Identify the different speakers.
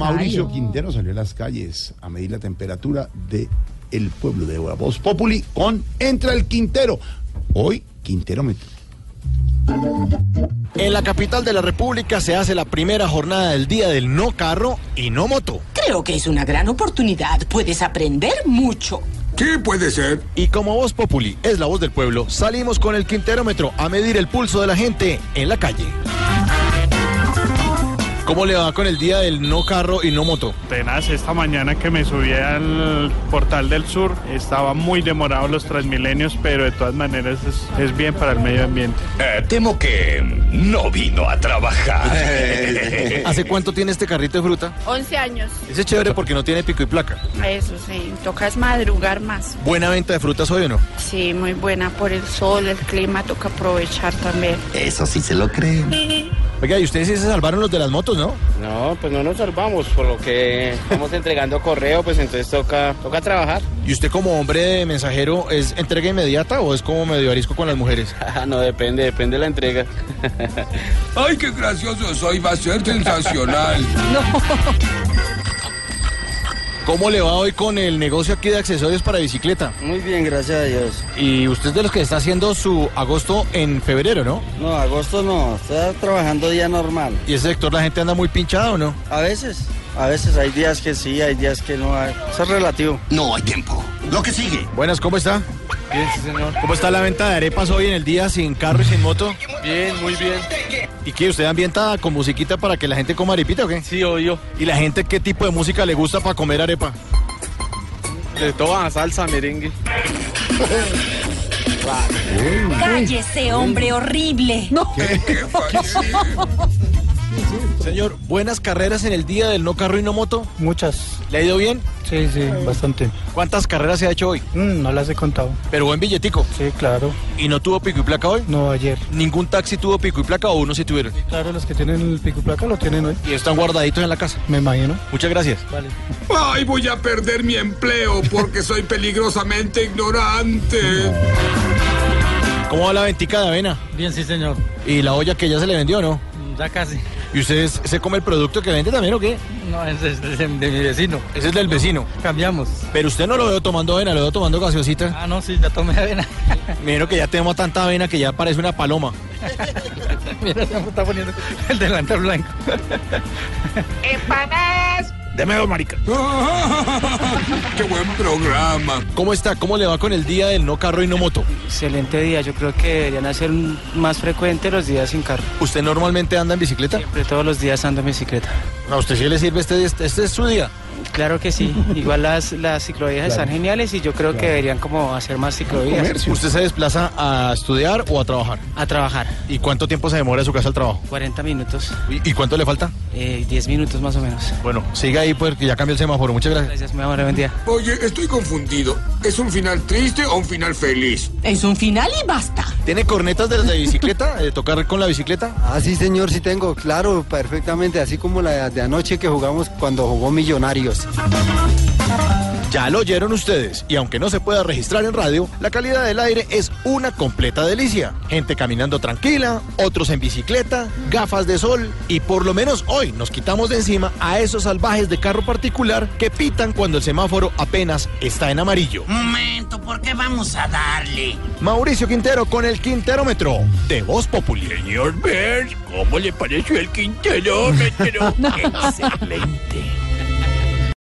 Speaker 1: Mauricio Quintero salió a las calles a medir la temperatura de el pueblo de Voz Populi con Entra el Quintero. Hoy, Quintero me...
Speaker 2: En la capital de la República se hace la primera jornada del día del no carro y no moto.
Speaker 3: Creo que es una gran oportunidad. Puedes aprender mucho.
Speaker 4: Sí, puede ser.
Speaker 2: Y como Voz Populi es la voz del pueblo, salimos con el quinterómetro a medir el pulso de la gente en la calle. ¿Cómo le va con el día del no carro y no moto?
Speaker 5: Apenas esta mañana que me subí al portal del sur, estaba muy demorado los transmilenios, pero de todas maneras es, es bien para el medio ambiente.
Speaker 4: Eh, temo que no vino a trabajar.
Speaker 2: ¿Hace cuánto tiene este carrito de fruta?
Speaker 6: 11 años.
Speaker 2: Ese es chévere porque no tiene pico y placa.
Speaker 6: Eso sí, tocas madrugar más.
Speaker 2: Buena venta de frutas hoy o no?
Speaker 6: Sí, muy buena por el sol, el clima, toca aprovechar también.
Speaker 7: Eso sí se lo creen.
Speaker 2: Oiga, y ustedes sí se salvaron los de las motos, ¿no?
Speaker 8: No, pues no nos salvamos, por lo que estamos entregando correo, pues entonces toca, toca trabajar.
Speaker 2: ¿Y usted como hombre de mensajero es entrega inmediata o es como medio arisco con las mujeres?
Speaker 8: Ah, no, depende, depende de la entrega.
Speaker 4: Ay, qué gracioso soy, va a ser sensacional.
Speaker 2: ¿Cómo le va hoy con el negocio aquí de accesorios para bicicleta?
Speaker 9: Muy bien, gracias a Dios.
Speaker 2: Y usted es de los que está haciendo su agosto en febrero, ¿no?
Speaker 9: No, agosto no, está trabajando día normal.
Speaker 2: ¿Y ese sector la gente anda muy pinchada o no?
Speaker 9: A veces, a veces hay días que sí, hay días que no hay. Eso es relativo.
Speaker 7: No hay tiempo. Lo que sigue.
Speaker 2: Buenas, ¿cómo está?
Speaker 8: Bien, sí, señor.
Speaker 2: ¿Cómo está la venta de arepas hoy en el día sin carro y sin moto?
Speaker 8: Bien, muy bien.
Speaker 2: ¿Y qué? ¿Usted ambienta con musiquita para que la gente coma arepita o qué?
Speaker 8: Sí, obvio.
Speaker 2: ¿Y la gente qué tipo de música le gusta para comer arepa?
Speaker 8: De toda salsa, merengue.
Speaker 10: Cállese, hombre horrible.
Speaker 2: Señor, buenas carreras en el día del no carro y no moto.
Speaker 11: Muchas.
Speaker 2: ¿Le ha ido bien?
Speaker 11: Sí, sí, bastante.
Speaker 2: ¿Cuántas carreras se ha hecho hoy?
Speaker 11: Mm, no las he contado.
Speaker 2: Pero buen billetico.
Speaker 11: Sí, claro.
Speaker 2: ¿Y no tuvo pico y placa hoy?
Speaker 11: No ayer.
Speaker 2: ¿Ningún taxi tuvo pico y placa o uno sí tuvieron?
Speaker 11: Claro, los que tienen el pico y placa lo tienen hoy.
Speaker 2: Y están guardaditos en la casa.
Speaker 11: Me imagino.
Speaker 2: Muchas gracias.
Speaker 11: Vale.
Speaker 4: Ay, voy a perder mi empleo porque soy peligrosamente ignorante.
Speaker 2: ¿Cómo va la ventica de avena?
Speaker 12: Bien, sí, señor.
Speaker 2: ¿Y la olla que ya se le vendió no?
Speaker 12: Ya casi.
Speaker 2: ¿Y usted se come el producto que vende también o qué?
Speaker 12: No, es de, de- de mi vecino.
Speaker 2: Ese es del vecino.
Speaker 12: Cambiamos.
Speaker 2: Pero usted no lo veo tomando avena, lo veo tomando gaseosita.
Speaker 12: Ah, no, sí, ya tomé avena.
Speaker 2: Miro que ya tenemos tanta avena que ya parece una paloma.
Speaker 12: Mira, ya me está poniendo el delantal blanco.
Speaker 4: qué buen programa.
Speaker 2: ¿Cómo está? ¿Cómo le va con el día del no carro y no moto?
Speaker 13: Excelente día, yo creo que deberían hacer un- más frecuente los días sin carro.
Speaker 2: ¿Usted normalmente anda en bicicleta?
Speaker 13: Siempre todos los días ando en bicicleta.
Speaker 2: ¿A usted sí le sirve este, este es su día?
Speaker 13: Claro que sí, igual las, las ciclovías están geniales y yo creo que deberían como hacer más ciclovías.
Speaker 1: Comercio.
Speaker 2: ¿Usted se desplaza a estudiar o a trabajar?
Speaker 13: A trabajar,
Speaker 2: ¿Y cuánto tiempo se demora de su casa al trabajo?
Speaker 13: 40 minutos,
Speaker 2: ¿Y, y cuánto le falta?
Speaker 13: eh, 10 minutos más o menos.
Speaker 2: Bueno, siga ahí porque ya cambió el semáforo. Muchas gracias.
Speaker 13: Gracias, mi amor, buen día.
Speaker 4: Oye, estoy confundido. ¿Es un final triste o un final feliz?
Speaker 3: Es un final y basta.
Speaker 2: ¿Tiene cornetas de las de bicicleta? ¿De tocar con la bicicleta?
Speaker 9: Ah, sí, señor, sí tengo, claro, perfectamente, así como la de anoche que jugamos cuando jugó Millonarios.
Speaker 2: Ya lo oyeron ustedes, y aunque no se pueda registrar en radio, la calidad del aire es una completa delicia. Gente caminando tranquila, otros en bicicleta, gafas de sol, y por lo menos hoy nos quitamos de encima a esos salvajes de carro particular que pitan cuando el semáforo apenas está en amarillo.
Speaker 7: Momento, ¿por qué vamos a darle?
Speaker 2: Mauricio Quintero con el Quinterómetro de Voz Populi.
Speaker 4: Señor Bert, ¿cómo le pareció el quinterómetro? Excelente.